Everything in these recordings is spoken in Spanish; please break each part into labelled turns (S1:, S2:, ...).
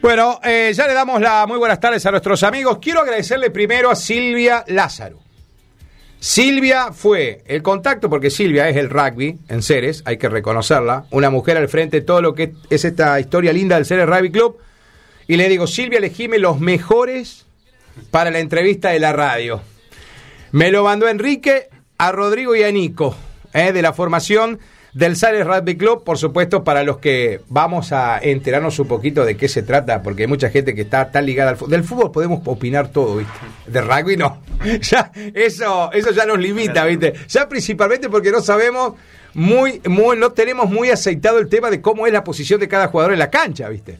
S1: Bueno, eh, ya le damos las muy buenas tardes a nuestros amigos. Quiero agradecerle primero a Silvia Lázaro. Silvia fue el contacto, porque Silvia es el rugby en Ceres, hay que reconocerla. Una mujer al frente de todo lo que es esta historia linda del Ceres Rugby Club. Y le digo, Silvia, elegime los mejores para la entrevista de la radio. Me lo mandó Enrique, a Rodrigo y a Nico, eh, de la formación del Sales Rugby Club, por supuesto, para los que vamos a enterarnos un poquito de qué se trata, porque hay mucha gente que está tan ligada al fútbol. Del fútbol podemos opinar todo, ¿viste? De rugby no. Ya, eso, eso ya nos limita, ¿viste? Ya principalmente porque no sabemos muy, muy, no tenemos muy aceitado el tema de cómo es la posición de cada jugador en la cancha, ¿viste?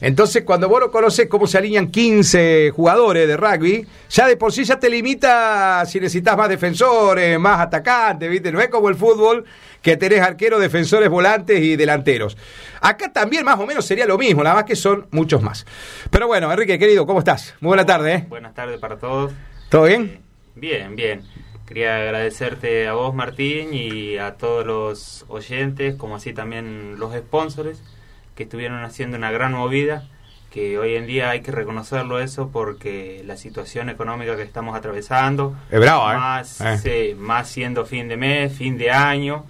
S1: Entonces, cuando vos no conoces cómo se alinean 15 jugadores de rugby, ya de por sí ya te limita si necesitas más defensores, más atacantes, ¿viste? No es como el fútbol que tenés arqueros, defensores, volantes y delanteros. Acá también más o menos sería lo mismo, nada más que son muchos más. Pero bueno, Enrique, querido, ¿cómo estás? Muy buena tarde, ¿eh?
S2: Buenas tardes para todos.
S1: ¿Todo bien?
S2: Bien, bien. Quería agradecerte a vos, Martín, y a todos los oyentes, como así también los sponsors que estuvieron haciendo una gran movida, que hoy en día hay que reconocerlo eso porque la situación económica que estamos atravesando,
S1: Es bravo, ¿eh?
S2: más,
S1: Eh.
S2: eh, más siendo fin de mes, fin de año,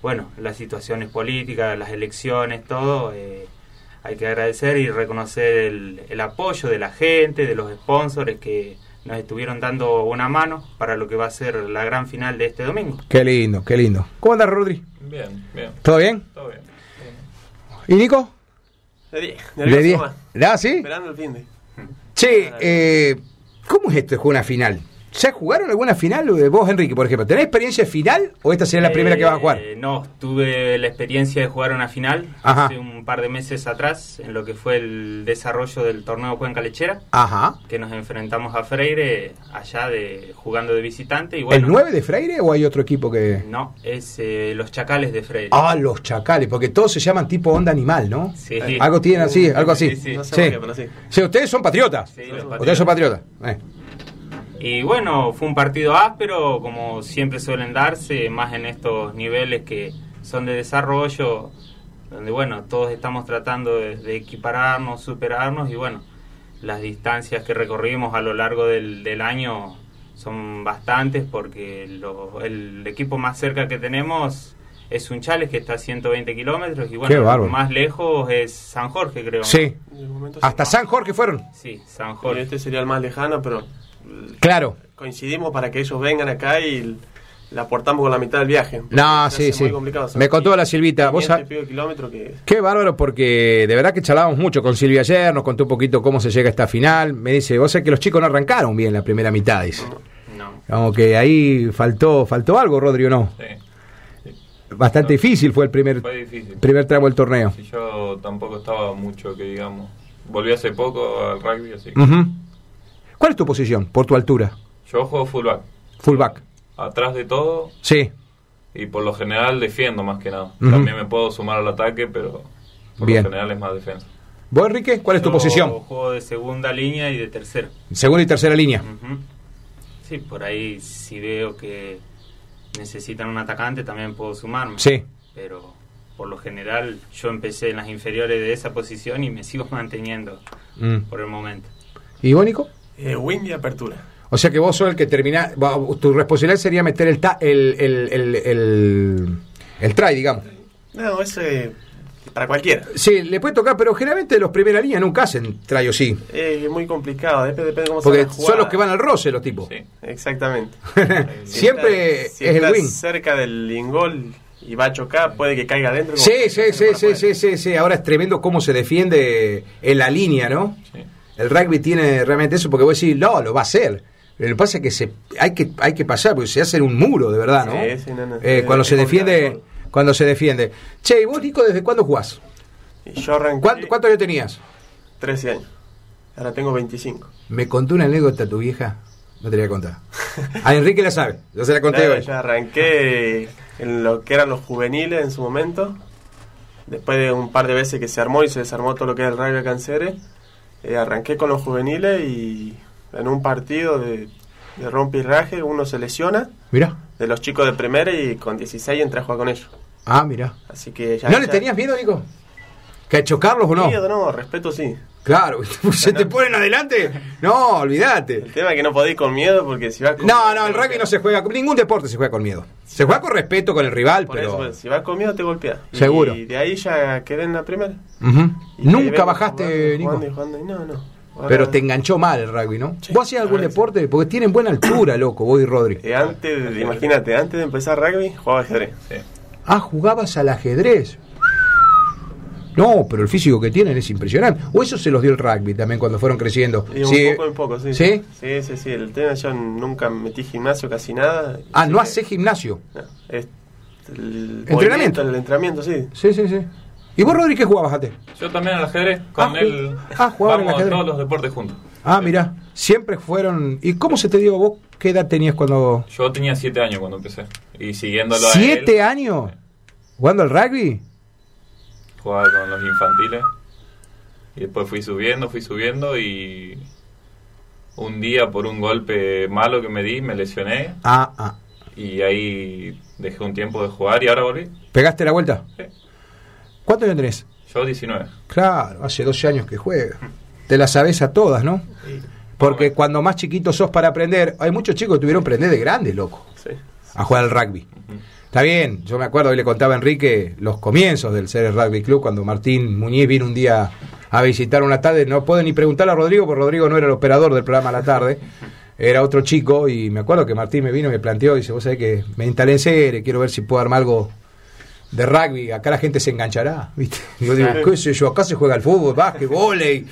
S2: bueno, las situaciones políticas, las elecciones, todo, eh, hay que agradecer y reconocer el, el apoyo de la gente, de los sponsors que nos estuvieron dando una mano para lo que va a ser la gran final de este domingo.
S1: Qué lindo, qué lindo. ¿Cómo andas, Rodri?
S3: Bien, bien,
S1: ¿Todo bien?
S3: todo bien.
S1: ¿Y Nico?
S4: De 10.
S1: De diez. ¿Ah, sí?
S4: Esperando el fin de.
S1: Che, eh, ¿cómo es esto de jugar una final? ¿Ya jugaron alguna final? O de Vos, Enrique, por ejemplo, ¿tenés experiencia de final o esta sería la primera que vas a jugar?
S2: Eh, No, tuve la experiencia de jugar una final
S1: Ajá.
S2: hace un par de meses atrás en lo que fue el desarrollo del torneo Cuenca Lechera,
S1: Ajá.
S2: que nos enfrentamos a Freire allá de jugando de visitante y bueno,
S1: ¿El 9 de Freire o hay otro equipo que.?
S2: No, es eh, los Chacales de Freire.
S1: Ah, los chacales, porque todos se llaman tipo onda animal, ¿no?
S2: Sí.
S1: Algo tienen así, algo así.
S2: Sí, sí.
S4: No sé
S1: Sí.
S4: por qué, pero sí.
S1: Sí, ustedes son patriotas.
S2: Sí, los
S1: Ustedes son patriotas. Eh.
S2: Y bueno, fue un partido áspero, como siempre suelen darse, más en estos niveles que son de desarrollo, donde bueno, todos estamos tratando de, de equipararnos, superarnos y bueno, las distancias que recorrimos a lo largo del, del año son bastantes porque lo- el equipo más cerca que tenemos es Unchales que está a 120 kilómetros y
S1: Qué
S2: bueno,
S1: bárbaro.
S2: más lejos es San Jorge creo.
S1: Sí.
S4: En el momento sí.
S1: Hasta San Jorge fueron.
S2: Sí, San
S4: Porque
S2: Jorge.
S4: Este sería el más lejano, pero eh,
S1: Claro.
S4: coincidimos para que ellos vengan acá y le aportamos con la mitad del viaje.
S1: No,
S4: Se
S1: sí,
S4: hace
S1: sí.
S4: muy complicado, son
S1: Me contó la Silvita. Vos
S4: 500 y
S1: sab-
S4: pico de kilómetros que
S1: Qué bárbaro, porque de verdad que charlábamos mucho con Silvia ayer, nos contó un poquito cómo se llega a esta final. Me dice, vos sabés que los chicos no arrancaron bien la primera mitad, dice.
S2: No.
S1: Como que ahí faltó, faltó algo, Rodrigo, ¿no?
S3: Sí,
S1: Bastante difícil fue el primer,
S3: fue difícil.
S1: primer tramo del torneo.
S3: Si yo tampoco estaba mucho, que digamos. Volví hace poco al rugby, así que.
S1: Ujú. ¿Cuál es tu posición por tu altura?
S3: Yo juego fullback,
S1: Fullback.
S3: atrás de todo
S1: Sí,
S3: y por lo general defiendo más que nada.
S1: Ujú.
S3: También me puedo sumar al ataque, pero por
S1: Bien.
S3: lo general es más defensa.
S1: ¿Vos, Enrique? ¿Cuál es tu
S2: Yo
S1: posición?
S2: Juego de segunda línea y de tercero.
S1: Segunda y tercera línea.
S2: Ujú. Sí, por ahí si veo que necesitan un atacante también puedo sumarme.
S1: Sí.
S2: Pero por lo general yo empecé en las inferiores de esa posición y me sigo manteniendo
S1: Mm.
S2: por el momento.
S1: ¿Y vos, Nico?
S4: eh, win y apertura.
S1: O sea que vos sos el que termina. va- Tu responsabilidad sería meter el, ta- el, el, el, el- el try, digamos.
S4: No, eso es para cualquiera.
S1: Sí, le puede tocar, pero generalmente los primera línea nunca hacen try o sí.
S4: Es muy complicado, depende, depende cómo
S1: Porque
S4: sea la
S1: son
S4: jugada.
S1: los que van al roce los tipos.
S3: Sí.
S4: Exactamente. Si
S1: Siempre
S4: está- si
S1: es
S4: está
S1: el win.
S4: cerca del lingol y va a chocar, puede que caiga adentro. como
S1: Sí, sí,
S4: que se
S1: sí,
S4: para
S1: sí,
S4: afuera.
S1: sí, sí, sí. Ahora es tremendo cómo se defiende en la línea, ¿no?
S3: Sí.
S1: El rugby tiene realmente eso, porque vos decís, no, lo va a hacer. Pero lo que pasa es que se, hay que hay que pasar, porque se hace un muro, de verdad, ¿no?
S4: Sí, sí, no, no.
S1: Eh, cuando
S4: Es
S1: se defiende,
S4: complicado.
S1: cuando se defiende. Che, ¿y vos, Nico, desde cuándo jugás?
S4: Y yo arranqué
S1: ¿Cuánto, cuánto años tenías?
S4: 13 años. Ahora tengo 25.
S1: Me contó una anécdota tu vieja. No te la voy a contar. A Enrique la sabe, yo se la conté
S4: Claro,
S1: hoy.
S4: yo arranqué en lo que eran los juveniles en su momento. Después de un par de veces que se armó y se desarmó todo lo que era el rugby acá en Ceres, eh, arranqué con los juveniles y en un partido de, de rompe y raje uno se lesiona
S1: Mirá.
S4: de los chicos de primera y con 16 entré a jugar con ellos.
S1: Ah, mirá.
S4: Así que ya,
S1: ¿No le
S4: ya-
S1: tenías miedo, Nico? ¿Que a chocarlos o no?
S4: Miedo, no, respeto sí.
S1: Claro, se te ponen adelante. No, olvídate.
S4: El tema es que no podés ir con miedo porque si vas con
S1: No, no, el rugby no se juega, ningún deporte se juega con miedo. Se juega con respeto con el rival,
S4: Por eso,
S1: pero
S4: pues, si vas con miedo te golpeas.
S1: Seguro.
S4: Y de ahí ya quedé en la primera.
S1: Ujú.
S4: Y ahí
S1: nunca
S4: vengo
S1: bajaste,
S4: jugando,
S1: Nico.
S4: jugando, jugando, y no, no. Ahora-
S1: Pero te enganchó mal el rugby, ¿no?
S4: Sí,
S1: ¿Vos hacías algún
S4: la verdad que
S1: deporte? Porque tienen buena altura, loco, vos y Rodri.
S4: Eh, antes, de- imagínate, antes de empezar rugby, jugaba ajedrez.
S3: Sí.
S1: Ah, jugabas al ajedrez. No, pero el físico que tienen es impresionante. O eso se los dio el rugby también cuando fueron creciendo.
S4: Y un
S1: Sí.
S4: poco en poco, sí.
S1: ¿Sí?
S4: Sí, sí, sí, El tema yo nunca metí gimnasio casi nada.
S1: Ah,
S4: Así
S1: no
S4: que-
S1: haces gimnasio.
S4: no, es el
S1: ¿Entrenamiento?
S4: movimiento, El entrenamiento, sí.
S1: Sí, sí, sí. ¿Y vos, Rodri, qué jugabas antes?
S3: Yo también al ajedrez, con
S1: Ah,
S3: él
S1: ju- ah, jugaban al
S3: vamos a
S1: ajedrez.
S3: todos los deportes juntos.
S1: Ah,
S3: Sí.
S1: mira, siempre fueron. ¿Y cómo se te dio vos? ¿Qué edad tenías cuando.?
S3: Yo tenía 7 años cuando empecé. Y siguiéndolo a él,
S1: ¿Siete años? ¿Jugando al rugby?
S3: jugaba con los infantiles. Y después fui subiendo, fui subiendo y un día por un golpe malo que me di me lesioné
S1: Ah, ah.
S3: y ahí dejé un tiempo de jugar y ahora volví.
S1: ¿Pegaste la vuelta?
S3: Sí.
S1: ¿Cuántos años tenés?
S3: Yo 19.
S1: Claro, hace 12 años que juega. Te las sabes a todas, ¿no? Porque cuando más chiquitos sos para aprender, hay muchos chicos que tuvieron que aprender de grandes, loco,
S4: sí.
S1: a jugar al rugby.
S3: Ujú.
S1: Está bien, yo me acuerdo, hoy le contaba a Enrique los comienzos del Ceres Rugby Club, cuando Martín Muñiz vino un día a visitar una tarde, no puedo ni preguntarle a Rodrigo, porque Rodrigo no era el operador del programa a la tarde, era otro chico, y me acuerdo que Martín me vino y me planteó, dice, vos sabés que me instalé en Ceres, quiero ver si puedo armar algo de rugby, acá la gente se enganchará, ¿viste? Yo digo,
S2: Claro.
S1: qué sé yo, acá se juega el fútbol, básquet, volei.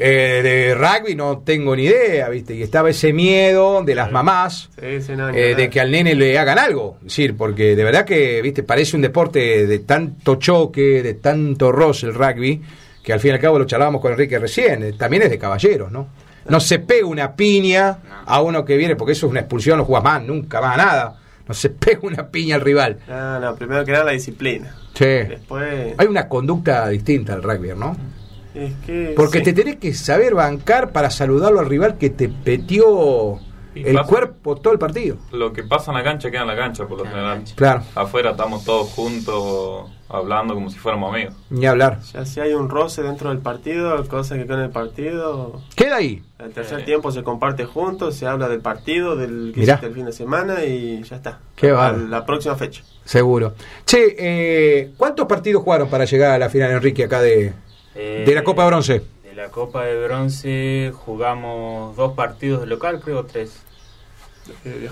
S1: Eh, de rugby no tengo ni idea, ¿viste? Y estaba ese miedo de las mamás,
S4: Sí, sí, no, ni
S1: eh,
S4: hablar.
S1: de que al nene le hagan algo. Es decir, porque de verdad que, viste, parece un deporte de tanto choque, de tanto roce el rugby, que al fin y al cabo lo charlábamos con Enrique recién, eh, también es de caballeros, ¿no? No se pega una piña a uno que viene, porque eso es una expulsión, no juegas más, nunca más nada. No se pega una piña al rival.
S4: No, no, primero que nada la disciplina.
S1: Che,
S4: Después.
S1: Hay una conducta distinta al rugby, ¿no?
S4: Es que.
S1: Porque
S4: sí.
S1: te tenés que saber bancar para saludarlo al rival que te petió
S3: Y
S1: el
S3: pasa.
S1: cuerpo todo el partido.
S3: Lo que pasa en la cancha queda en la cancha por lo
S2: Queda en la
S3: general.
S2: cancha.
S1: Claro,
S3: Afuera estamos todos juntos hablando como si fuéramos amigos.
S1: ni hablar.
S4: Ya si hay un roce dentro del partido, cosas que quedan en el partido.
S1: Queda ahí.
S4: El tercer
S3: Eh.
S4: tiempo se comparte juntos, se habla del partido, del que
S1: Mirá.
S4: hiciste el fin de semana y ya está.
S1: Qué
S4: Hasta
S1: bárbaro.
S4: La próxima fecha.
S1: Seguro. Che, eh, ¿cuántos partidos jugaron para llegar a la final, Enrique, acá de,
S2: Eh,
S1: de la Copa de Bronce?
S2: De la Copa de Bronce jugamos dos partidos de local, creo tres.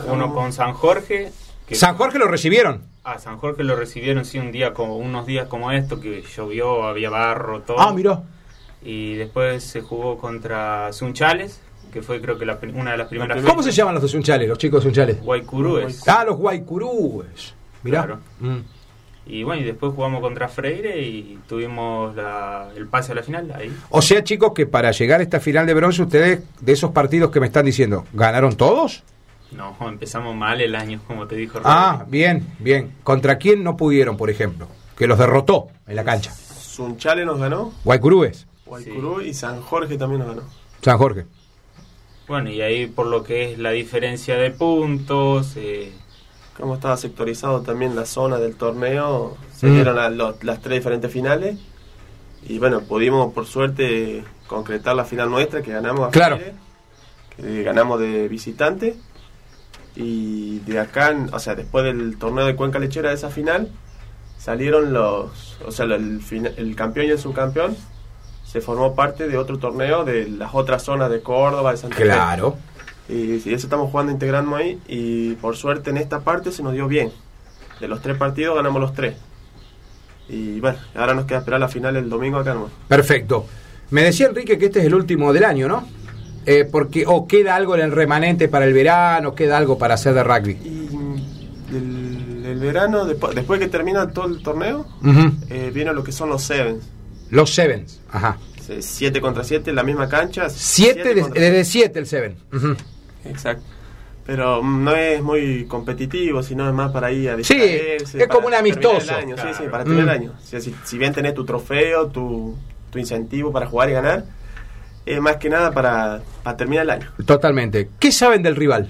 S2: Uno con San Jorge. que-
S1: San Jorge lo recibieron.
S2: A San Jorge lo recibieron, sí, un día como unos días como esto, que llovió, había barro, todo.
S1: Ah, miró.
S2: Y después se jugó contra Sunchales, que fue creo que la pri- una de las primeras.
S1: ¿Cómo se llaman los de Sunchales, los chicos de Sunchales?
S2: Guaycurúes.
S1: Ah, los Guaycurúes. Mirá.
S2: Claro.
S1: Mm.
S2: Y bueno, y después jugamos contra Freire y tuvimos la- el pase a la final ahí.
S1: O sea, chicos, que para llegar a esta final de bronce, ustedes, de esos partidos que me están diciendo, ¿ganaron todos?
S2: No, empezamos mal el año, como te dijo
S1: Ah,
S2: Rodri.
S1: bien, bien. ¿Contra quién no pudieron, por ejemplo? Que los derrotó en la cancha.
S4: Sunchale nos ganó,
S1: Guaycurúes,
S4: Guaycurú y San Jorge también nos ganó.
S1: San Jorge.
S2: Bueno, y ahí por lo que es la diferencia de puntos, eh,
S4: Como estaba sectorizado también la zona del torneo, se
S1: Mm.
S4: dieron a los- las tres diferentes finales. Y bueno, pudimos por suerte concretar la final nuestra que ganamos a
S1: Claro.
S4: Freire, que ganamos de visitante. Y de acá, en- o sea, después del torneo de Cuenca Lechera de esa final, salieron los, o sea, lo- el, fina- el campeón y el subcampeón se formó parte de otro torneo de las otras zonas de Córdoba, de Santa Fe.
S1: Claro.
S4: Y, y eso estamos jugando, integrando ahí. Y por suerte en esta parte se nos dio bien. De los tres partidos ganamos los tres. Y bueno, ahora nos queda esperar la final el domingo acá nomás.
S1: Perfecto. Me decía Enrique que este es el último del año, ¿no? Eh, porque o queda algo en el remanente para el verano, queda algo para hacer de rugby.
S4: Y del, del verano, despu- después que termina todo el torneo,
S1: Ujú.
S4: eh, viene lo que son los sevens.
S1: Los Sevens. Ajá.
S4: Se- Siete contra siete en la misma cancha.
S1: Siete, de-
S4: contra-
S1: desde siete el Seven. Ujú.
S4: Exacto. Pero mm, no es muy competitivo, sino es más para ir a
S1: Sí,
S4: distraerse,
S1: es
S4: para
S1: como un
S4: terminar el
S1: amistoso.
S4: año, Sí, sí,
S2: Claro.
S4: para terminar
S1: Mm.
S4: el año. O sea, si, si bien tenés tu trofeo, tu, tu incentivo para jugar y ganar, es más que nada para, para terminar el año.
S1: Totalmente. ¿Qué saben del rival?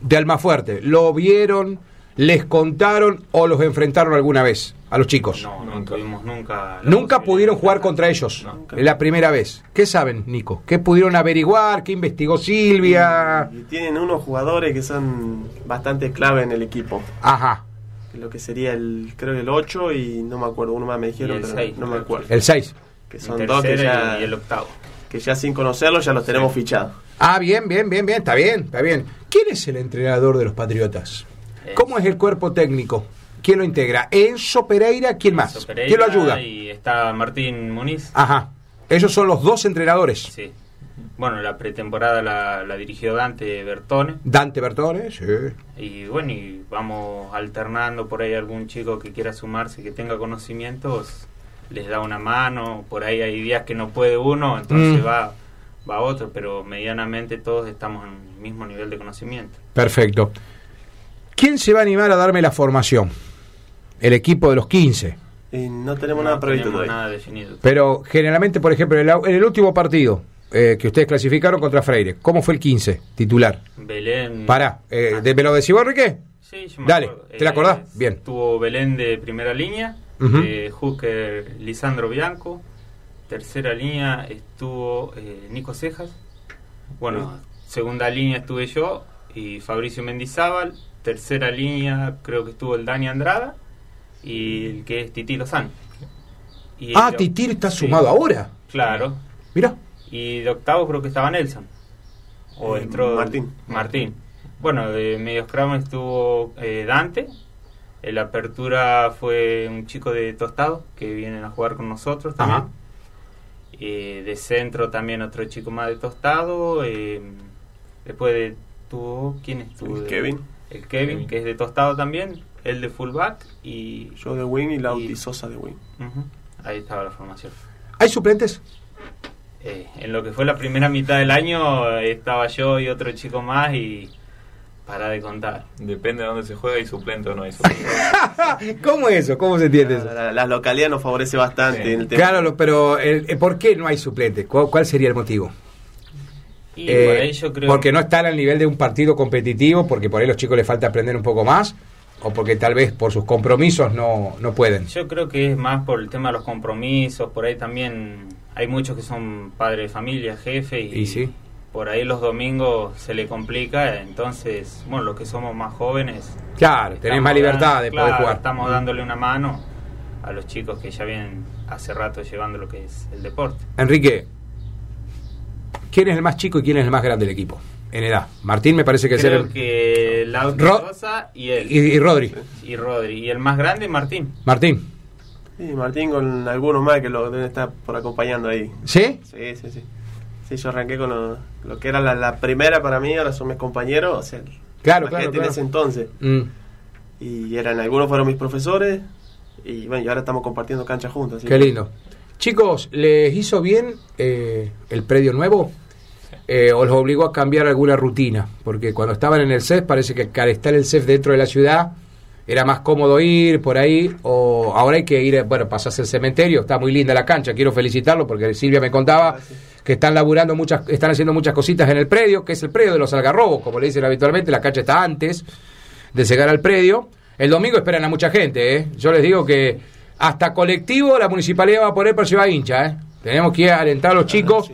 S1: De Almafuerte. ¿Lo vieron? les contaron o los enfrentaron alguna vez a los chicos?
S2: No, no
S3: Nunca.
S2: tuvimos nunca. la
S1: Nunca
S2: posibilidad.
S1: pudieron jugar contra ellos.
S2: No.
S1: Es la primera vez. ¿Qué saben, Nico? ¿Qué pudieron averiguar? ¿Qué investigó Silvia?
S2: Mm.
S4: Y tienen unos jugadores que son bastante clave en el equipo.
S1: Ajá.
S4: Lo que sería el, creo que el 8 y no me acuerdo, uno más me dijeron,
S2: el
S4: pero
S2: seis,
S4: no me
S2: creo que
S4: acuerdo.
S1: El 6.
S4: Que
S2: El
S4: son dos que
S2: tercero
S4: ya,
S2: y el octavo.
S4: que ya sin conocerlos ya los tenemos fichados.
S1: Ah, bien, bien, bien, bien. Está bien, está bien. ¿Quién es el entrenador de los Patriotas?
S2: Eh,
S1: ¿Cómo es el cuerpo técnico? ¿Quién lo integra? ¿Enzo Pereira? ¿Quién más?
S2: Enzo Pereira
S1: ¿Quién lo ayuda?
S2: Y está Martín Muniz.
S1: Ajá. Ellos son los dos entrenadores.
S2: Sí. Bueno, la pretemporada la, la dirigió Dante Bertone.
S1: Dante Bertone, sí.
S2: Y bueno, y vamos alternando por ahí algún chico que quiera sumarse, que tenga conocimientos, les da una mano. Por ahí hay días que no puede uno, entonces
S1: Mm.
S2: va, va otro, pero medianamente todos estamos en el mismo nivel de conocimiento.
S1: Perfecto. ¿Quién se va a animar a darme la formación? El equipo de los 15.
S4: Y no tenemos
S2: no
S4: nada previsto
S2: tenemos
S4: todavía.
S2: nada definido.
S1: Pero generalmente, por ejemplo, en el, au- en el último partido eh, que ustedes clasificaron contra Freire, ¿cómo fue el 15 titular?
S2: Belén.
S1: Pará, eh,
S2: Ah,
S1: de- ¿me lo decís vos, Enrique?
S2: sí, yo me
S1: Dale,
S2: acuerdo.
S1: ¿te la acordás? Bien.
S2: Tuvo Belén de primera línea,
S1: Ujú.
S2: eh, Hooker Lisandro Bianco. Tercera línea estuvo eh, Nico Cejas. Bueno, segunda línea estuve yo y Fabricio Mendizábal. Tercera línea creo que estuvo el Dani Andrada y el que es Titi Lozán. Y
S1: Ah,
S2: de-
S1: Titir está
S2: sí,
S1: sumado ahora.
S2: Claro.
S1: Mirá.
S2: Y de octavo creo que estaba Nelson. O
S4: Eh,
S2: entró
S4: Martín.
S2: Martín. Bueno, de medio scrum estuvo eh, Dante. En la apertura fue un chico de Tostado que vienen a jugar con nosotros también.
S1: Ajá.
S2: Eh, de centro también otro chico más de Tostado. eh, después de tuvo quién estuvo?
S4: El
S2: de-
S4: Kevin.
S2: El Kevin,
S3: Kevin.
S2: que es de Tostado también. El de fullback y
S4: Yo de Wing y Lauti
S2: Y-
S4: Sosa de Wing.
S2: Ujú, ahí estaba la formación.
S1: ¿Hay suplentes?
S2: Eh, en lo que fue la primera mitad del año eh, estaba yo y otro chico más y para de contar.
S3: Depende de dónde se juega, hay suplente o no hay suplente.
S1: Ah, ¿Cómo es eso? ¿Cómo se entiende
S4: La,
S1: eso?
S4: la- la localidad nos favorece bastante
S3: Sí.
S4: en el tema.
S1: Claro, lo- pero el- eh, ¿por qué no hay suplentes? ¿Cuál, cuál sería el motivo?
S2: Y
S1: Eh,
S2: por ahí yo creo
S1: Porque no están al nivel de un partido competitivo, porque por ahí a los chicos les falta aprender un poco más, o porque tal vez por sus compromisos no, no pueden.
S2: yo creo que es más por el tema de los compromisos, por ahí también hay muchos que son padres de familia, jefe y,
S1: Y sí.
S2: por ahí los domingos se le complica, entonces, bueno, los que somos más jóvenes
S1: Claro, tenés
S2: estamos
S1: más libertad de
S2: dando-
S1: poder
S2: claro,
S1: jugar.
S2: Estamos dándole una mano a los chicos que ya vienen hace rato llevando lo que es el deporte.
S1: Enrique, ¿quién es el más chico y quién es el más grande del equipo? En edad. Martín me parece que es
S2: Creo
S1: el...
S2: que Lauti
S1: Ro-
S2: Sosa y él.
S1: Y, y Rodri.
S2: y Rodri. Y el más grande, Martín.
S1: Martín.
S4: Y Martín con algunos más que lo deben estar por acompañando ahí.
S1: ¿Sí?
S4: Sí, sí, sí. Sí, yo arranqué con lo, lo que era la, la primera para mí, ahora son mis compañeros. O sea,
S1: Claro,
S4: la
S1: claro,
S4: gente
S1: claro.
S4: en ese entonces.
S1: Mm.
S4: Y eran, algunos fueron mis profesores. Y bueno, y ahora estamos compartiendo cancha juntos. así
S1: Qué
S4: que-
S1: lindo. Chicos, ¿les hizo bien eh, el predio nuevo? Eh, ¿O los obligó a cambiar alguna rutina? Porque cuando estaban en el CEF, parece que al estar el CEF dentro de la ciudad, era más cómodo ir por ahí. O ahora hay que ir, eh, bueno, pasás el cementerio, está muy linda la cancha, quiero felicitarlo porque Silvia me contaba que están laburando muchas, están haciendo muchas cositas en el predio, que es el predio de los algarrobos, como le dicen habitualmente, la cancha está antes de llegar al predio. El domingo esperan a mucha gente, ¿eh? Yo les digo que hasta colectivo la municipalidad va a poner para llevar hincha, ¿eh? Tenemos que alentar a los chicos.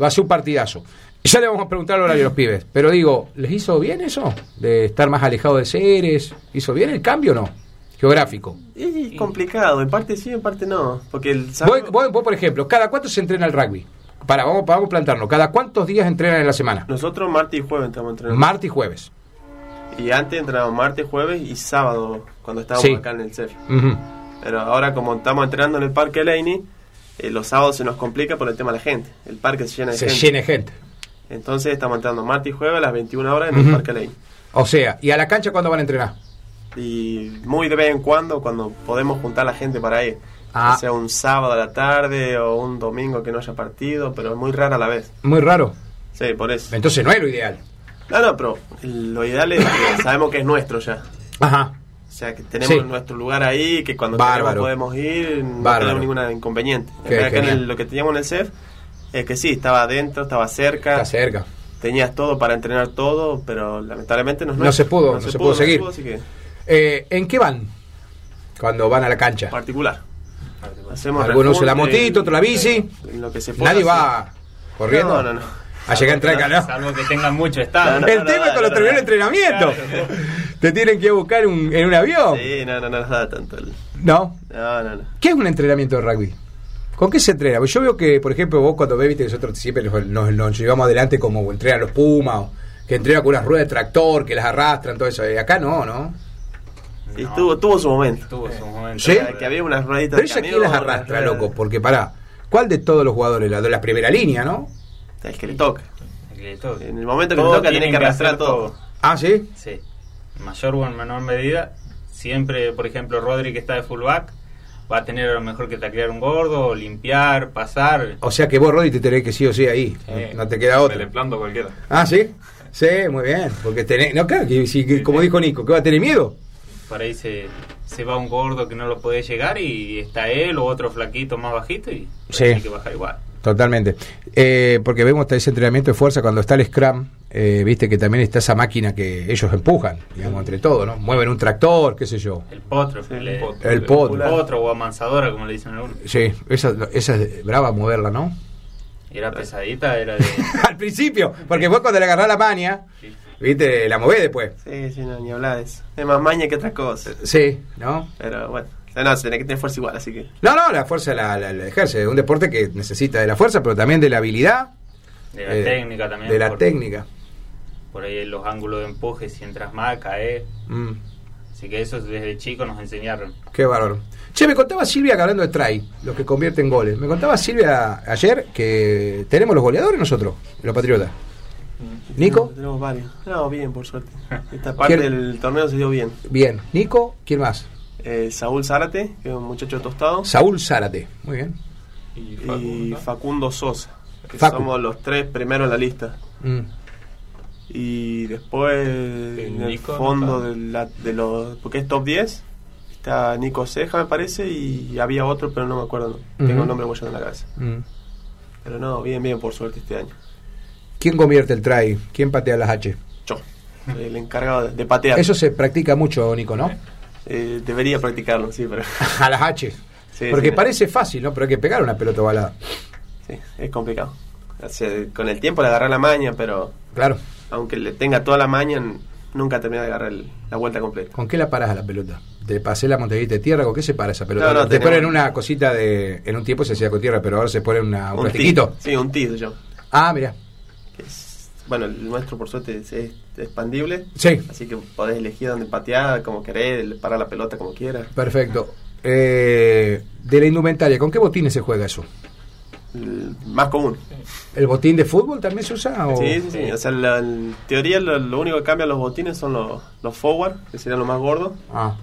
S1: Va a ser un partidazo. Ya le vamos a preguntar al horario a los pibes. Pero digo, ¿les hizo bien eso? De estar más alejado de seres. ¿Hizo bien el cambio o no? Geográfico.
S4: Y complicado, en parte sí, en parte no. Porque el
S1: Vos,
S4: sábado.
S1: vos- vos, por ejemplo, ¿cada cuánto se entrena el rugby? Para, vamos, vamos a plantarnos. ¿Cada cuántos días entrenan en la semana?
S4: Nosotros martes y jueves entramos entrenando.
S1: Martes y jueves.
S4: y antes entrenábamos martes, jueves y sábado, cuando estábamos
S1: Sí.
S4: acá en el E CEF.
S1: Ujú.
S4: Pero ahora, como estamos entrenando en el Parque Laney, eh, los sábados se nos complica por el tema de la gente. El parque se llena de
S1: Se
S4: gente.
S1: llena de gente.
S4: Entonces estamos entrando martes y jueves a las 21 horas en el
S1: Ujú.
S4: Parque Lane.
S1: O sea, ¿y a la cancha cuándo van a entrenar?
S4: Y muy de vez en cuando, cuando podemos juntar a la gente para ir.
S1: Ah.
S4: Ya sea un sábado a la tarde o un domingo que no haya partido, pero es muy rara la vez.
S1: Muy raro.
S4: Sí, por eso.
S1: Entonces no es lo ideal.
S4: No, no, pero lo ideal es que sabemos que es nuestro ya.
S1: Ajá.
S4: O sea, que tenemos
S1: Sí.
S4: nuestro lugar ahí, que cuando
S1: Bárbaro.
S4: queremos podemos ir, no
S1: Bárbaro.
S4: tenemos ninguna inconveniente. En
S1: Qué
S4: verdad que en
S1: genial.
S4: el- lo que teníamos en el CEF es que sí, estaba adentro, estaba cerca,
S1: Está cerca.
S4: tenías todo para entrenar todo, pero lamentablemente no, es
S1: No
S4: nuestro.
S1: se pudo, no se pudo seguir.
S4: así que-
S1: Eh, ¿En qué van cuando van a la cancha?
S4: particular. Hacemos
S1: Algunos usan la
S4: refunte
S1: motito, otros la bici.
S4: en lo que se pueda
S1: Nadie
S4: hacer.
S1: va corriendo
S4: No, no, no.
S1: a llegar a entrar en calor.
S2: Salvo que tengan mucho estado.
S4: No,
S1: El
S4: no,
S1: tema es
S4: dale,
S1: cuando
S4: no,
S1: terminó el
S4: no.
S1: entrenamiento. Te tienen que ir a buscar un- en un avión.
S4: Sí, no, no, no nos da tanto. el-
S1: No.
S4: No, no, no.
S1: ¿Qué es un entrenamiento de rugby? ¿Con qué se entrena? Pues yo veo que, por ejemplo, vos cuando ves, viste, nosotros siempre nos, nos- nos llevamos adelante como entrenan los Pumas, o que entrenan con unas ruedas de tractor, que las arrastran, todo eso. Y acá no, ¿no?
S4: Y tuvo, tuvo su momento.
S2: Tuvo su momento.
S1: Sí.
S4: Que había unas rueditas
S1: ¿Eh? Pero ella
S4: de
S1: quién
S4: camión,
S1: las arrastra,
S4: unas ruedas-
S1: loco, porque pará, ¿cuál de todos los jugadores? La de la primera línea, ¿no?
S4: Es que le toca.
S2: Le toca.
S4: En el momento que
S2: Todos
S4: le toca tiene
S2: tienen
S4: que
S2: que
S4: arrastrar
S2: hacer
S4: todo.
S2: todo.
S1: Ah, sí.
S2: Sí. En Mayor o en menor medida. Siempre, por ejemplo, Rodri que está de fullback va a tener a lo mejor que taclear un gordo, limpiar, pasar.
S1: O sea que vos, Rodri, te tenés que sí o sí ahí.
S3: Eh,
S1: Ah, no te queda
S3: Me le
S1: otra.
S3: planto a cualquiera.
S1: Ah, sí. Sí, muy bien. Porque tenés. No, claro, que, si- que- como dijo Nico, ¿qué va a tener miedo?
S2: Por ahí se, se va un gordo que no lo puede llegar y está él o otro flaquito más bajito y
S1: Sí.
S2: tiene que bajar igual.
S1: Totalmente. Eh, porque vemos hasta ese entrenamiento de fuerza cuando está el Scrum, eh, viste que también está esa máquina que ellos empujan, digamos, entre todo, ¿no? Mueven un tractor, qué sé yo.
S2: El potro.
S4: Sí, Eh,
S2: le-
S4: el potro.
S1: El
S2: el
S1: pod.
S2: potro o amansadora, como le dicen algunos.
S1: Sí, esa, esa es brava moverla, ¿no?
S2: Era pesadita, era de...
S1: Al principio, porque vos cuando le agarrás la maña, viste, la movés después.
S4: Sí, sí, no, ni hablar de eso. Es más maña que otra cosa.
S1: Sí, ¿no?
S4: Pero bueno, o sea, no, se tiene que tener fuerza igual, así que.
S1: No, no, la fuerza la, la- la ejerce. Es un deporte que necesita de la fuerza, pero también de la habilidad.
S2: de la
S1: eh,
S2: técnica también.
S1: De la
S2: por-
S1: técnica.
S2: Por ahí los ángulos de empuje, si entras mal, caes.
S1: Mm,
S2: Así que eso desde chico nos enseñaron.
S1: qué valor. Che, me contaba Silvia que hablando de try, los que convierten goles. Me contaba Silvia ayer que tenemos los goleadores nosotros, los patriotas. ¿Nico?
S4: Tenemos, tenemos varios. No, bien, por suerte. Esta parte
S1: ¿Quién?
S4: del torneo se dio bien.
S1: Bien. Nico, ¿quién más?
S4: Eh, Saúl Zárate, que es un muchacho tostado.
S1: Saúl Zárate. Muy bien.
S3: Y
S4: y
S3: Facundo.
S4: Facundo Sosa, que
S1: Facu.
S4: somos los tres primeros en la lista.
S1: Mm,
S4: Y después, en el
S3: Eh, Nico,
S4: fondo
S3: ¿no?
S4: de, la- de los. porque es top 10, está Nico Ceja, me parece, y había otro, pero no me acuerdo.
S1: Ujú.
S4: Tengo el nombre guayando en la cabeza.
S1: mm.
S4: Pero no, bien, bien, por suerte este año.
S1: ¿Quién convierte el try? ¿Quién patea las H?
S4: Yo, el encargado de, de patear.
S1: Eso se practica mucho, Nico, ¿no?
S4: Eh, debería practicarlo, sí, pero.
S1: A las H.
S4: Sí,
S1: Porque
S4: sí,
S1: parece fácil, ¿no? Pero hay que pegar una pelota balada.
S4: sí, es complicado. O sea, con el tiempo le agarré la maña, pero
S1: Claro.
S4: aunque le tenga toda la maña, n- nunca termina de agarrar el- la vuelta completa.
S1: ¿Con qué la paras a la pelota? ¿Te pasé la montañita de tierra? ¿Con qué se para esa pelota?
S4: No, no,
S1: te
S4: tenemos-
S1: ponen una cosita de. En un tiempo se hacía con tierra, pero ahora se pone una, un,
S4: Un
S1: plastiquito.
S4: tee, Sí, un tee yo.
S1: Ah, mira.
S4: que es- bueno, el nuestro por suerte es, es expandible,
S1: Sí,
S4: así que podés elegir dónde patear, como querés, le- parar la pelota como quieras.
S1: perfecto. Eh, de la indumentaria, ¿con qué botines se juega eso?
S4: El más común.
S1: ¿El botín de fútbol también se usa? o-
S4: Sí, sí, sí. O sea, la- en teoría lo, lo único que cambia los botines son los, los forward, que serían los más gordos,
S1: Ah,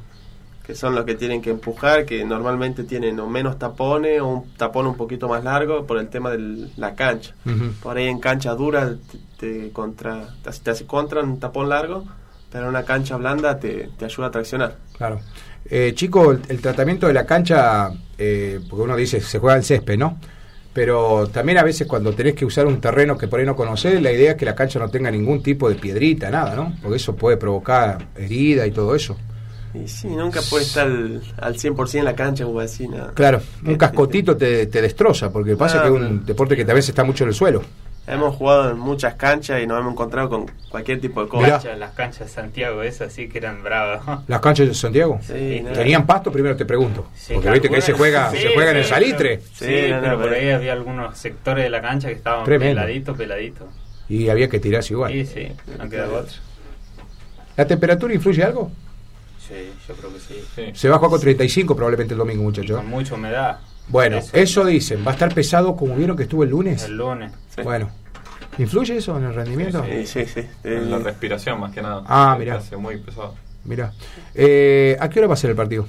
S4: que son los que tienen que empujar, que normalmente tienen o menos tapones o un tapón un poquito más largo por el tema de la cancha.
S1: ujú.
S4: Por ahí en cancha dura te, te contra, te, hace- te hace contra un tapón largo, pero en una cancha blanda te, te ayuda a traccionar.
S1: claro. Eh, chico, el, el tratamiento de la cancha, eh, porque uno dice se juega el césped, ¿no? Pero también a veces cuando tenés que usar un terreno que por ahí no conocés, la idea es que la cancha no tenga ningún tipo de piedrita, nada, ¿no? Porque eso puede provocar herida y todo eso.
S4: Y sí, nunca puede estar al, al 100% en la cancha o así, nada.
S1: Claro,
S2: Eh,
S1: un cascotito te, te destroza, porque pasa que es un
S4: Claro.
S1: deporte que también se está mucho en el suelo.
S4: Hemos jugado en muchas canchas y nos hemos encontrado con cualquier tipo de
S1: Mirá.
S4: cosa.
S2: Cancha- las canchas de Santiago, esas sí que eran bravas.
S1: Las canchas de Santiago.
S4: Sí, nada.
S1: ¿Tenían pasto? Primero te pregunto.
S2: Sí,
S1: porque
S2: claro,
S1: viste que ahí se
S2: bueno,
S1: juega,
S2: sí,
S1: se juega en el
S2: sí,
S1: salitre.
S2: pero- Sí,
S4: Sí, no,
S2: pero
S4: no,
S2: por
S4: pero-
S2: ahí había algunos sectores de la cancha que estaban
S1: Tremendo.
S2: peladito, peladito.
S1: Y había que tirarse igual.
S2: Sí, sí, no queda otro.
S1: ¿La temperatura influye algo?
S2: Sí, yo creo que sí.
S3: Sí.
S1: Se bajó con 35 probablemente el domingo, ¿eh?
S2: Y
S1: muchachos.
S2: con mucha humedad.
S1: Bueno, eso, dicen. ¿Va a estar pesado como vieron que estuvo el lunes?
S2: El lunes.
S4: Sí.
S1: Bueno, ¿influye eso en el rendimiento?
S3: Sí,
S4: Sí, sí, sí. Eh,
S3: En la respiración más que nada.
S1: Ah, mirá.
S3: Hace muy pesado.
S1: Mira. Eh, ¿A qué hora va a ser el partido?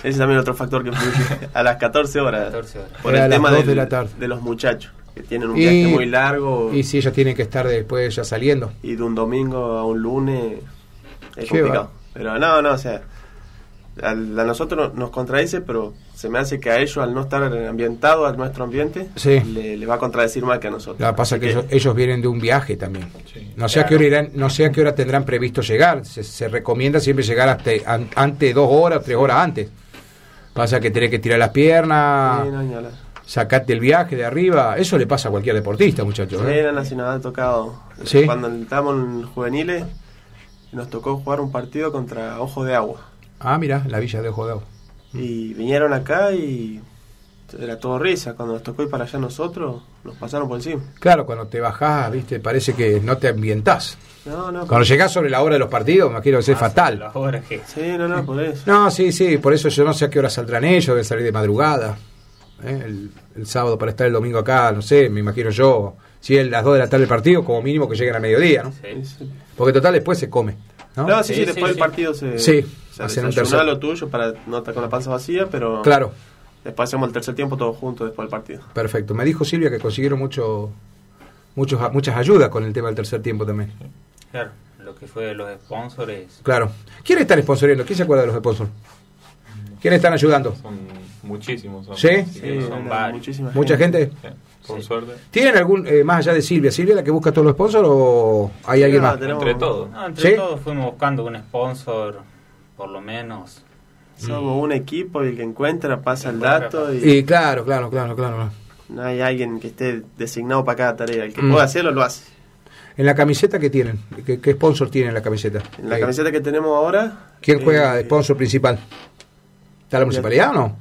S4: ese es también otro factor que influye. A las 14 horas.
S2: 14 horas.
S4: Por
S1: Era a
S4: el
S1: las
S4: tema
S1: 2
S4: del-
S1: de la tarde.
S4: de los muchachos, que tienen un
S1: Y-
S4: viaje muy largo
S1: Y si ellas tienen que estar después ya saliendo.
S4: y de un domingo a un lunes es
S1: Qué
S4: complicado.
S1: va.
S4: Pero no, no, o sea, al- a nosotros nos contradice, pero se me hace que a ellos, al no estar ambientado a nuestro ambiente,
S1: Sí.
S4: le, le va a contradecir más que a nosotros.
S1: Lo que pasa es
S4: Así
S1: que ellos, ellos vienen de un viaje también.
S3: Sí.
S1: No sé, a qué hora irán- no sé a qué hora tendrán previsto llegar. Se, se recomienda siempre llegar hasta an- antes, dos horas, tres horas antes. Pasa que tenés que tirar las piernas,
S4: Sí, no, ni hablar.
S1: sacarte el viaje de arriba. Eso le pasa a cualquier deportista,
S4: Sí,
S1: muchachos. ¿eh?
S4: en la Nacional ha tocado.
S1: Sí.
S4: Cuando estábamos en juveniles, nos tocó jugar un partido contra Ojo de Agua.
S1: Ah, mira, la villa de Ojo de Agua.
S4: Y vinieron acá y era todo risa. Cuando nos tocó ir para allá nosotros, nos pasaron por encima.
S1: Claro, cuando te bajás, viste, parece que no te ambientás.
S4: No, no.
S1: Cuando llegás sobre la hora de los partidos, me quiero ser
S2: Hace
S1: fatal.
S2: las horas que-
S4: Sí, no, no, por eso.
S1: No, sí, sí, por eso yo no sé a qué hora saldrán ellos, deben salir de madrugada. ¿eh? El, el sábado para estar el domingo acá, no sé, me imagino yo. Si es las 2 de la tarde el partido, como mínimo que lleguen a mediodía, ¿no?
S2: Sí.
S4: Sí.
S1: Porque total después se come, ¿no?
S4: No, sí,
S2: Sí,
S4: sí, después
S2: sí,
S4: del
S2: sí.
S4: partido se,
S1: Sí,
S4: se
S1: hacen un
S4: desayuná
S1: tercer-
S4: lo tuyo para no estar con la panza vacía, pero
S1: Claro,
S4: después hacemos el tercer tiempo todos juntos después del partido.
S1: perfecto. Me dijo Silvia que consiguieron mucho, muchos, muchas ayudas con el tema del tercer tiempo también.
S2: Claro, lo que fue de los sponsors.
S1: Claro. ¿Quiénes están sponsoreando? ¿Quién se acuerda de los sponsors? ¿Quiénes están ayudando?
S3: Son muchísimos. Son,
S1: ¿Sí?
S3: así que
S4: Sí,
S3: no son
S4: eran
S3: varios.
S4: muchísima
S1: ¿Mucha gente?
S3: Sí, Por
S2: Sí.
S3: suerte.
S1: ¿Tienen algún, eh, más allá de Silvia, Silvia la que busca todos los sponsors o hay alguien
S4: No,
S2: Ah,
S1: más?
S4: tenemos-
S3: Entre todos.
S2: No, entre
S1: ¿Sí?
S2: todos fuimos buscando un sponsor, por lo menos.
S4: Somos un equipo y el que encuentra pasa el
S2: Encuentra,
S4: dato y,
S1: Y claro, claro, claro, claro.
S4: no hay alguien que esté designado para cada tarea. El que
S1: Mm.
S4: pueda hacerlo, lo hace.
S1: ¿En la camiseta qué tienen? ¿Qué, qué sponsor tienen en la camiseta?
S4: En la
S1: Eh,
S4: camiseta que tenemos ahora...
S1: ¿Quién juega de
S4: eh,
S1: sponsor principal? ¿Está la municipalidad o no?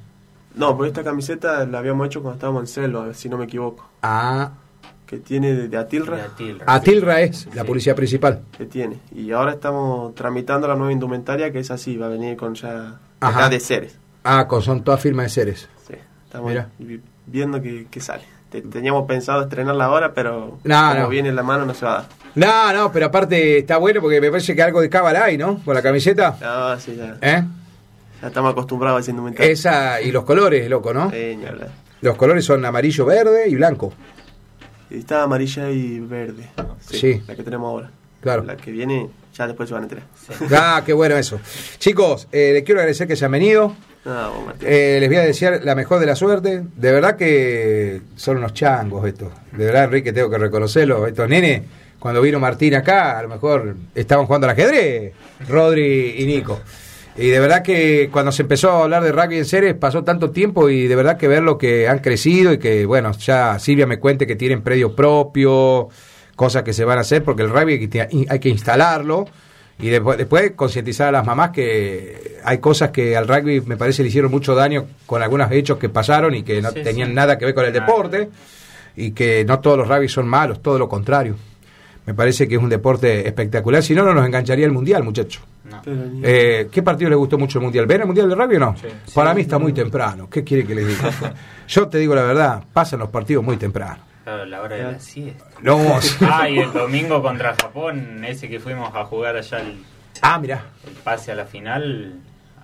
S4: No, porque esta camiseta la habíamos hecho cuando estábamos en Selva, si no me equivoco.
S1: Ah,
S4: Que tiene de, de Atilra.
S2: De Atilra.
S1: Atilra es la
S2: Sí.
S1: policía principal.
S4: que tiene. Y ahora estamos tramitando la nueva indumentaria, que es así, va a venir con ya
S1: Ajá.
S4: acá de seres.
S1: Ah, con, son todas firmas de seres.
S4: Sí, estamos
S1: Mira.
S4: vi- viendo que, que sale. Te- teníamos pensado estrenarla ahora, pero
S1: No,
S4: como
S1: no.
S4: viene la mano no se va a dar.
S1: No, no, pero aparte está bueno porque me parece que algo de cábala hay, ¿no? Con la camiseta.
S4: No, Ah, sí, ya,
S1: ¿Eh?
S4: ya estamos acostumbrados a esa indumentaria.
S1: Esa y los colores, loco, ¿no?
S4: Eh, ni hablar.
S1: Los colores son amarillo, verde y blanco.
S4: Y está amarilla y verde.
S1: Sí.
S4: La que tenemos ahora.
S1: Claro.
S4: La que viene, ya después se van a entregar.
S1: Ah, qué bueno eso. Chicos, eh, les quiero agradecer que se han venido.
S4: No, Ah, vos, Martín.
S1: Eh, les voy a desear la mejor de la suerte. De verdad que son unos changos estos. De verdad, Enrique, tengo que reconocerlo. Estos nenes, cuando vino Martín acá, a lo mejor estaban jugando al ajedrez, Rodri y Nico. Y de verdad que cuando se empezó a hablar de rugby en series pasó tanto tiempo y de verdad que ver lo que han crecido y que, bueno, ya Silvia me cuente que tienen predio propio, cosas que se van a hacer porque el rugby hay que- hay que instalarlo. Y después, después concientizar a las mamás que hay cosas que al rugby me parece le hicieron mucho daño con algunos hechos que pasaron y que no
S2: Sí,
S1: tenían
S2: sí.
S1: nada que ver con el
S2: Nada.
S1: deporte y que no todos los rugby son malos, todo lo contrario. Me parece que es un deporte espectacular, si no, no nos engancharía el mundial, muchachos.
S2: No.
S4: Pero ni-
S1: Eh, ¿Qué partido le gustó mucho el mundial? ¿Ven el mundial de rugby o no?
S3: Sí.
S1: Para mí está muy temprano. ¿Qué quiere que les diga? Yo te digo la verdad, pasan los partidos muy temprano.
S2: Claro, la hora de la siesta.
S1: No,
S2: Ah, y el domingo contra Japón, ese que fuimos a jugar allá el,
S1: ah, mira.
S2: el pase a la final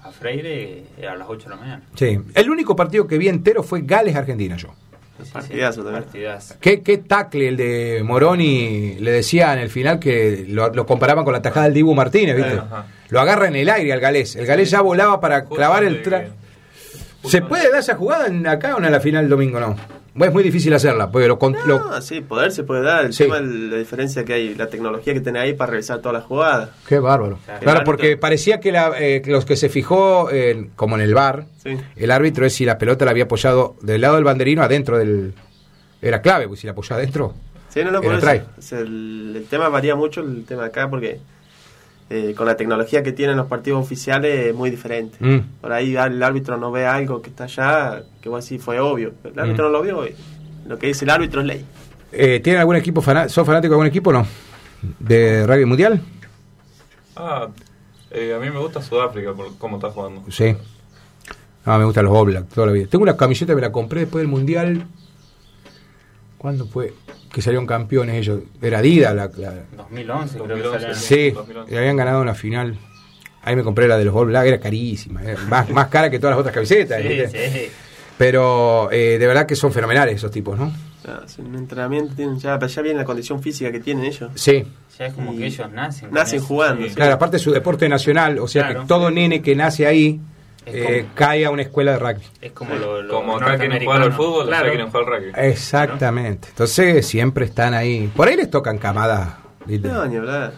S2: a Freire eh, a las 8 de la mañana.
S1: Sí. El único partido que vi entero fue Gales-Argentina, yo.
S2: Sí, sí,
S4: Partidazo también.
S2: Partidazo.
S1: ¿Qué, qué tackle el de Moroni le decía en el final que lo, lo comparaban con la tajada del Dibu Martínez, ¿viste?
S3: Ajá.
S1: Lo agarra en el aire al galés. El galés ya volaba para
S3: Justo
S1: clavar el
S3: de
S1: tra...
S3: que-
S1: ¿Se
S3: justo
S1: puede dar esa jugada en acá o en la final el domingo? No. Bueno, Es muy difícil hacerla, porque lo, con- lo-
S4: No, Ah, sí, poder se puede dar. El
S1: Sí.
S4: tema es la diferencia que hay, la tecnología que tenés ahí para revisar todas las jugadas.
S1: Qué bárbaro.
S2: Claro.
S1: Claro, porque parecía que la- eh, que los que se fijó, en- como en el bar,
S4: Sí.
S1: el árbitro es si la pelota la había apoyado del lado del banderino adentro del... Era clave, porque si la apoyaba adentro...
S4: Sí, no, no, por
S1: Era
S4: eso.
S1: try.
S4: O sea, el, el tema varía mucho, el tema acá, porque eh, con la tecnología que tienen los partidos oficiales es muy diferente.
S1: Mm.
S4: Por ahí al- el árbitro no ve algo que está allá, que vos decís fue obvio. Pero el árbitro
S1: Mm.
S4: no lo vio. y Lo que dice el árbitro es ley.
S1: Eh, ¿Tienen algún equipo? fana- ¿Son fanáticos de algún equipo o no? ¿De rugby mundial?
S3: Ah, eh, a mí me gusta Sudáfrica por cómo está jugando.
S1: Sí. Ah, me gustan los Oblak toda la vida. Tengo una camiseta que me la compré después del mundial. ¿Cuándo fue? Que salieron campeones ellos. Era Adidas la. la-
S2: 2011, creo
S3: 2011,
S2: que salieron.
S1: Sí, le habían ganado una final. Ahí me compré la de los All Blacks, era carísima, era más, más cara que todas las otras camisetas.
S2: Sí,
S1: ¿viste?
S2: sí.
S1: Pero eh, de verdad que son fenomenales esos tipos, ¿no?
S4: O sea, es un entrenamiento tienen ya, pero ya viene la condición física que tienen ellos.
S1: Sí,
S2: Ya es como
S4: Y
S2: que ellos nacen. con
S4: Nacen
S2: eso.
S4: jugando.
S3: Sí.
S4: sí.
S1: claro, aparte es su deporte nacional, o sea
S2: Claro.
S1: que todo nene que nace ahí eh, cae a una escuela de rugby.
S2: Es como lo, lo
S3: Como acá quieren jugar al fútbol,
S2: Claro.
S3: allá quieren jugar al rugby.
S1: Eh, Exactamente. Entonces siempre están ahí. Por ahí les tocan camadas. ¿viste?
S4: No, ni hablar.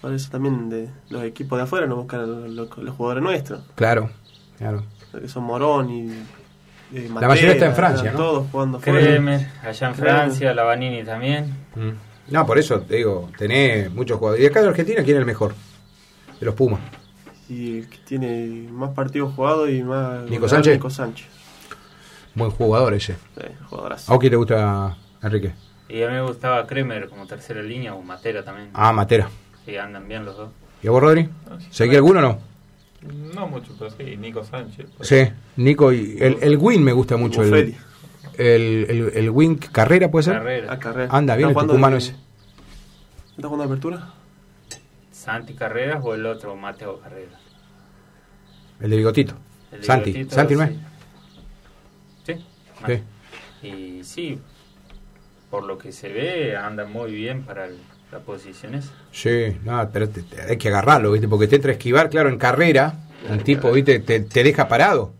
S4: Por eso también de los equipos de afuera nos buscan a los, los- los jugadores nuestros.
S1: Claro, claro.
S4: Los que son Morón y. eh,
S1: La mayoría está en Francia,
S4: están
S1: ¿no?
S4: Todos jugando afuera.
S2: Créeme, allá en
S4: Claro.
S2: Francia, la Vanini también.
S1: Mm. No, por eso te digo, tenés muchos jugadores. Y acá en Argentina, ¿quién es el mejor? De los Pumas.
S4: Y el que tiene más partidos jugados y más.
S1: ¿Nico Sánchez?
S4: Nico Sánchez.
S1: Buen jugador ese.
S4: Eh, jugadorazo.
S1: ¿A quién le gusta Enrique?
S2: Y a mí me gustaba Kremer como tercera línea o Matera también.
S1: Ah, Matera.
S2: Sí, andan bien los dos.
S1: ¿Y a vos, Rodri? ¿Seguí alguno o no?
S3: Ah, No mucho, pero sí, Nico Sánchez. pues,
S1: Sí, Nico y. El, el Win me gusta mucho. El,
S4: Buffelli.
S1: el, el, el Win Carrera, ¿puede ser?
S2: Carrera.
S4: A Carrera.
S1: Anda, bien
S4: ¿Está
S1: el
S4: jugando
S1: tucumano
S4: de-
S1: ese.
S4: ¿Está jugando de apertura?
S2: Santi Carreras o el otro, Mateo Carreras.
S1: El de Bigotito.
S2: El de
S1: Santi.
S2: Bigotito,
S1: Santi, ¿no es?
S2: sí. Sí.
S1: Sí.
S2: Y sí, por lo que se ve, anda muy bien para el- la posición esa.
S1: Sí, no, pero te- te- hay que agarrarlo, ¿viste? Porque te entra a esquivar, claro, en carrera, el tipo, ¿viste? Te, te deja parado.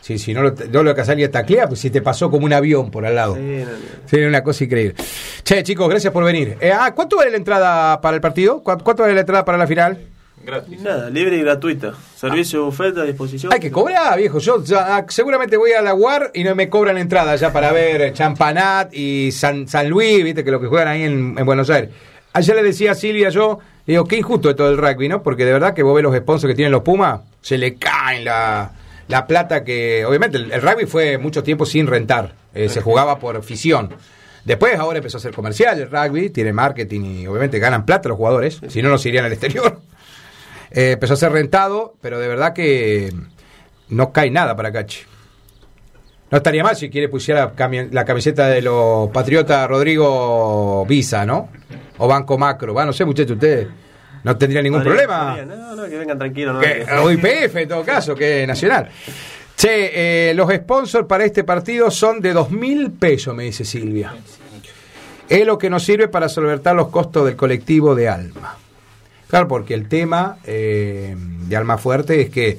S1: Si, si no lo, no lo alcanzás ni a taclear, pues si te pasó como un avión por al lado.
S4: Sí,
S1: Sí,
S4: no, no.
S1: una cosa increíble. Che, chicos, gracias por venir. Eh, ah, ¿cuánto vale la entrada para el partido? ¿Cu- ¿Cuánto vale la entrada para la final?
S3: Gratis.
S4: Nada, libre y gratuita. Servicio de bufete a disposición.
S1: Hay que cobrar, viejo. Yo ya, ah, seguramente voy a la UAR y no me cobran entrada ya para ver Champanat y San, San Luis, viste, que lo que juegan ahí en, en Buenos Aires. Ayer le decía a Silvia yo, le digo, qué injusto de todo el rugby, ¿no? Porque de verdad que vos ves los sponsors que tienen los Pumas, se le caen la, la plata que. Obviamente, el, el rugby fue mucho tiempo sin rentar. eh, se jugaba por afición. Después ahora empezó a ser comercial el rugby, tiene marketing y obviamente ganan plata los jugadores, si no, no se irían al exterior. Eh, empezó a ser rentado, pero de verdad que no cae nada para Cachi. No estaría mal si quiere pusiera cami- la camiseta de los patriotas Rodrigo Visa, ¿no? O Banco Macro. Va, no sé, muchachos, ustedes no tendrían ningún
S4: Podría-
S1: problema.
S4: podría. No, no, que vengan tranquilos. No,
S1: Que- eh,
S4: Que-
S1: o IPF en todo caso, que nacional. Che, eh, los sponsors para este partido son de dos mil pesos, me dice Silvia. Es lo que nos sirve para solventar los costos del colectivo de Alma. Claro, porque el tema eh, de Alma Fuerte es que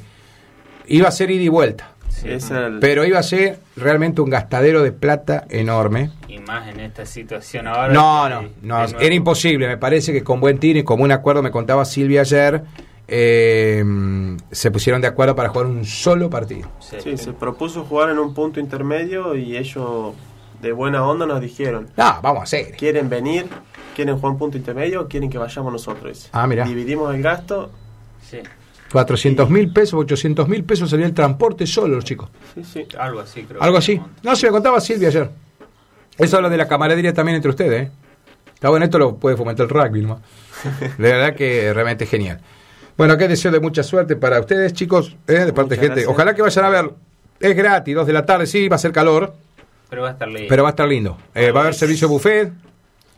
S1: iba a ser ida y vuelta,
S2: Sí.
S4: Es el-
S1: eh, pero iba a ser realmente un gastadero de plata enorme.
S2: Y más en esta situación ahora.
S1: No,
S2: que-
S1: no,
S2: de
S1: no,
S2: nuevo-
S1: era imposible. Me parece que con buen tiro y como un acuerdo, me contaba Silvia ayer, eh, se pusieron de acuerdo para jugar un solo partido.
S2: Sí,
S4: Sí, se
S2: sí.
S4: propuso jugar en un punto intermedio y ellos de buena onda nos dijeron,
S1: No, vamos a hacer.
S4: quieren venir, quieren jugar un punto intermedio, quieren que vayamos nosotros.
S1: Ah, mirá.
S4: Dividimos el gasto,
S1: 400 mil pesos, 800 mil pesos salía el transporte solo, los chicos.
S4: sí, sí.
S2: algo así creo.
S1: Algo
S2: que
S1: así.
S2: remonta.
S1: No, se me contaba Silvia ayer. Eso habla de la camaradería también entre ustedes. ¿eh? Está bueno, esto lo puede fomentar el rugby, ¿no? De verdad que realmente genial. Bueno, qué deseo de mucha suerte para ustedes, chicos, ¿eh? de parte de
S4: Muchas
S1: gente.
S4: gracias.
S1: Ojalá que vayan a ver. Es gratis, 2 de la tarde, sí, va a ser calor,
S2: Pero va a estar ley.
S1: pero va a estar lindo. Eh, va a haber servicio buffet.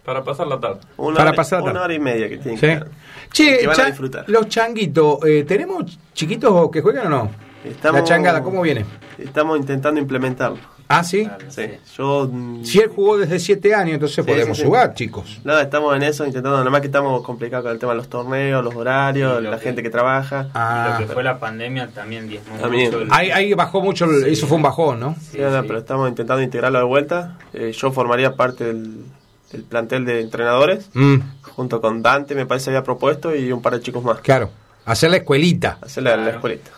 S3: Para pasar la tarde.
S4: Una,
S1: Para
S4: hora,
S1: pasar la
S4: una
S1: tarde.
S4: hora y media que tienen
S1: ¿sí?
S4: que dar.
S1: Che,
S4: Que van a
S1: cha-
S4: disfrutar.
S1: los changuitos, eh, ¿tenemos chiquitos que juegan o no?
S4: Estamos-
S1: La changada, ¿cómo viene?
S4: Estamos intentando implementarlo.
S1: Ah, sí.
S2: Claro,
S4: Sí.
S2: sí.
S4: Yo... mm,
S1: Si él jugó desde 7 años, entonces
S4: Sí,
S1: podemos
S4: sí, sí.
S1: jugar, chicos.
S4: Nada, estamos en eso, intentando, nada más que estamos complicados con el tema de los torneos, los horarios,
S2: Sí, lo
S4: la
S2: que-
S4: gente que trabaja.
S1: Ah.
S2: Y lo que fue la pandemia también diezmó
S4: También.
S2: mucho el-
S1: Ahí, ahí bajó mucho, el- eso fue un bajón, ¿no?
S2: Sí,
S4: Sí, nada,
S2: sí.
S4: pero estamos intentando integrarlo de vuelta. Eh, yo formaría parte del, del plantel de entrenadores,
S1: Mm,
S4: junto con Dante, me parece había propuesto, y un par de chicos más.
S1: claro, hacer la escuelita.
S4: Hacer la, la
S2: Claro.
S4: escuelita.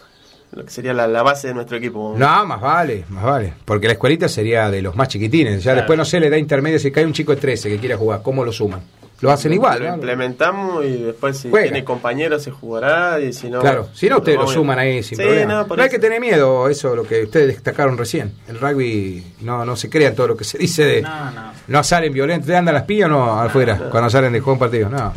S4: Lo que sería la, la base de nuestro equipo.
S1: No, más vale, más vale. Porque la escuelita sería de los más chiquitines. Ya
S2: Claro.
S1: después no sé, le da intermedio si cae un chico de 13 que quiera jugar. ¿Cómo lo suman? Lo hacen igual,
S4: Lo
S1: ¿no?
S4: implementamos y después si
S1: Juega.
S4: tiene compañeros se jugará y si no...
S1: Claro, si no, ustedes lo
S4: vamos
S1: suman
S4: a-
S1: ahí sin
S4: Sí,
S1: problema.
S4: no, por
S1: No hay
S4: eso.
S1: que tener miedo, eso lo que ustedes destacaron recién. El rugby no, no se crea en todo lo que se dice de. No,
S2: No, no.
S1: salen violentos, ¿te andan las pillas o no afuera? Cuando salen de juego un partido, no.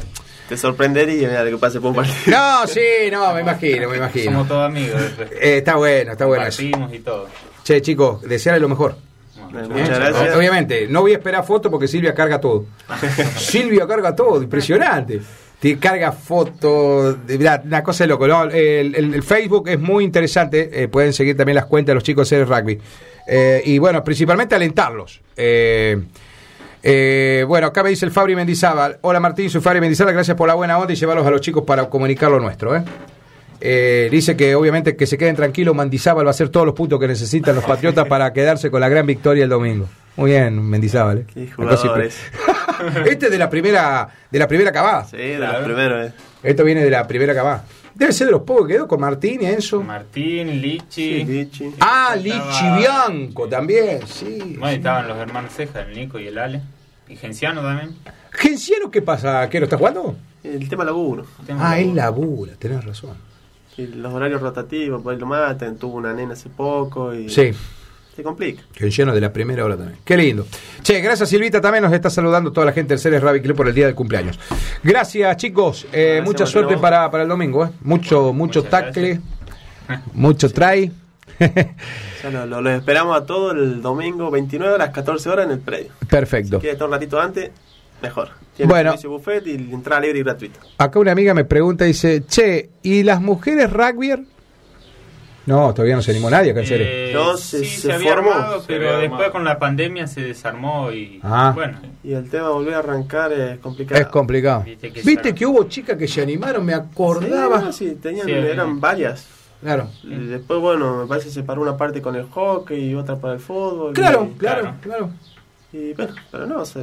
S4: Te sorprendería mira, lo que pase por un partido.
S1: No, sí, no, me imagino, me imagino.
S2: Somos todos amigos. después.
S1: Eh, está bueno, está bueno eso.
S2: Partimos y todo.
S1: Che, chicos, desearle lo mejor.
S2: Bueno,
S4: Muchas
S1: ¿eh?
S4: gracias.
S1: Obviamente, no voy a esperar fotos porque Silvia carga todo. Silvia carga todo, impresionante. Te carga fotos, de- mirá, una cosa de loco. ¿no? El, el- el Facebook es muy interesante, eh, pueden seguir también las cuentas de los chicos de Ceres Rugby. Eh, y bueno, principalmente alentarlos. Eh, eh, bueno, acá me dice el Fabri Mendizábal. Hola Martín, soy Fabri Mendizábal, gracias por la buena onda y llevarlos a los chicos para comunicar lo nuestro. ¿eh? Eh, dice que obviamente que se queden tranquilos, Mendizábal va a hacer todos los puntos que necesitan los Patriotas para quedarse con la gran victoria el domingo. Muy bien, Mendizábal. ¿eh?
S4: Qué
S1: Una cosa
S4: jugador
S1: impre-
S4: es.
S1: este es de la primera, de la primera cabada.
S4: Sí, de
S3: Claro.
S4: los primeros, eh.
S1: Esto viene de la primera cabada. Debe ser de los pocos que quedó con Martín, Enzo.
S2: Martín, Lichi. Eh,
S4: Sí, Lichi.
S1: ah,
S2: Estaba-
S1: Lichi Bianco también, sí.
S2: Bueno, y estaban los hermanos Ceja, el Nico y el Ale. Y Genciano también.
S1: Genciano, ¿qué pasa? ¿Qué no está jugando?
S4: El tema laburo.
S1: Ah, él labura, tenés razón.
S4: Y los horarios rotativos, por ahí lo matan. Tuvo una nena hace poco y.
S1: Sí.
S4: Se complica.
S1: Genciano de la primera hora también. Qué lindo. Che, gracias Silvita también. Nos está saludando toda la gente del Ceres Rabbit Club por el día del cumpleaños. Gracias, chicos. Eh,
S4: Gracias,
S1: mucha
S4: Martín,
S1: suerte
S4: a vos.
S1: para, para el domingo. eh. Mucho, mucho
S2: Muchas
S1: tackle, mucho try.
S4: Ya lo- lo- los esperamos a todos el domingo 29 a las 14 horas en el predio.
S1: Perfecto.
S4: Queda todo un ratito antes, mejor. Tiene
S1: Bueno.
S4: servicio buffet y entrada libre y gratuita.
S1: Acá una amiga me pregunta, dice, che, ¿y las mujeres rugby? No, todavía no se animó nadie a cancelar.
S2: Eh,
S4: No,
S2: sí,
S4: se-
S2: se,
S4: se
S2: había
S4: formó.
S2: armado,
S3: Se
S2: pero
S3: había
S2: después
S3: armado.
S2: con la pandemia se desarmó y
S1: Ah.
S2: bueno,
S4: Y el tema de volver a arrancar es complicado.
S1: es complicado.
S2: Viste que
S1: Viste
S2: ya-
S1: que hubo chicas que se animaron, me
S4: Sí,
S1: acordaba.
S4: no, sí, tenían,
S2: Sí,
S4: eran
S2: sí.
S4: varias.
S1: Claro.
S4: Y después, bueno, me parece que se paró una parte con el hockey y otra para el fútbol.
S1: Claro,
S4: y-
S1: claro,
S2: claro.
S1: claro.
S4: y bueno, pero no, o sea,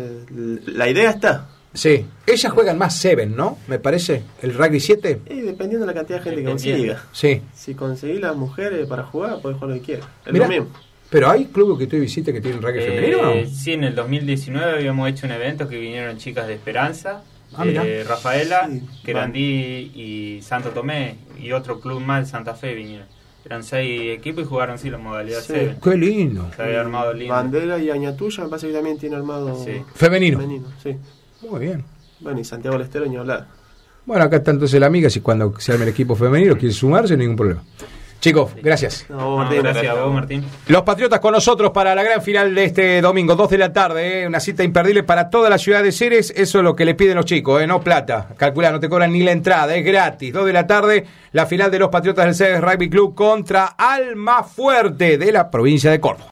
S4: la idea está.
S1: Sí. Ellas juegan más Seven, ¿no? Me parece. El rugby 7.
S4: Y dependiendo de la cantidad de gente que
S2: Dependiendo.
S4: consiga.
S1: Sí.
S4: Si conseguís las mujeres para jugar, podés jugar lo que quieras. Es
S1: Mirá,
S4: lo mismo.
S1: Pero hay clubes que tú visitas que tienen rugby femenino.
S2: eh, sí, en el 2019 habíamos hecho un evento que vinieron chicas de Esperanza,
S1: Ah,
S2: eh,
S1: mirá.
S2: Rafaela,
S4: Sí,
S2: Querandí y Santo Tomé y otro club más de Santa Fe vinieron. Eran seis equipos y jugaron sí la modalidad
S4: Sí.
S2: seven.
S1: Qué lindo.
S2: Se había armado lindo.
S4: Bandera y Añatuya, me parece que también tiene armado
S2: Sí.
S1: Femenino.
S4: femenino, sí.
S1: Muy bien.
S4: Bueno, y Santiago Lestero ni hablar.
S1: Bueno, acá está entonces la amiga. Si cuando se arme el equipo femenino quiere sumarse, ningún problema. Chicos, gracias.
S4: No,
S2: No,
S4: Martín,
S2: gracias a vos, Martín.
S1: Los Patriotas con nosotros para la gran final de este domingo, 2 de la tarde, ¿eh? una cita imperdible para toda la ciudad de Ceres, eso es lo que le piden los chicos, ¿eh? no plata, calculá, no te cobran ni la entrada, es gratis, 2 de la tarde, la final de los Patriotas del Ceres Rugby Club contra Almafuerte de la provincia de Córdoba.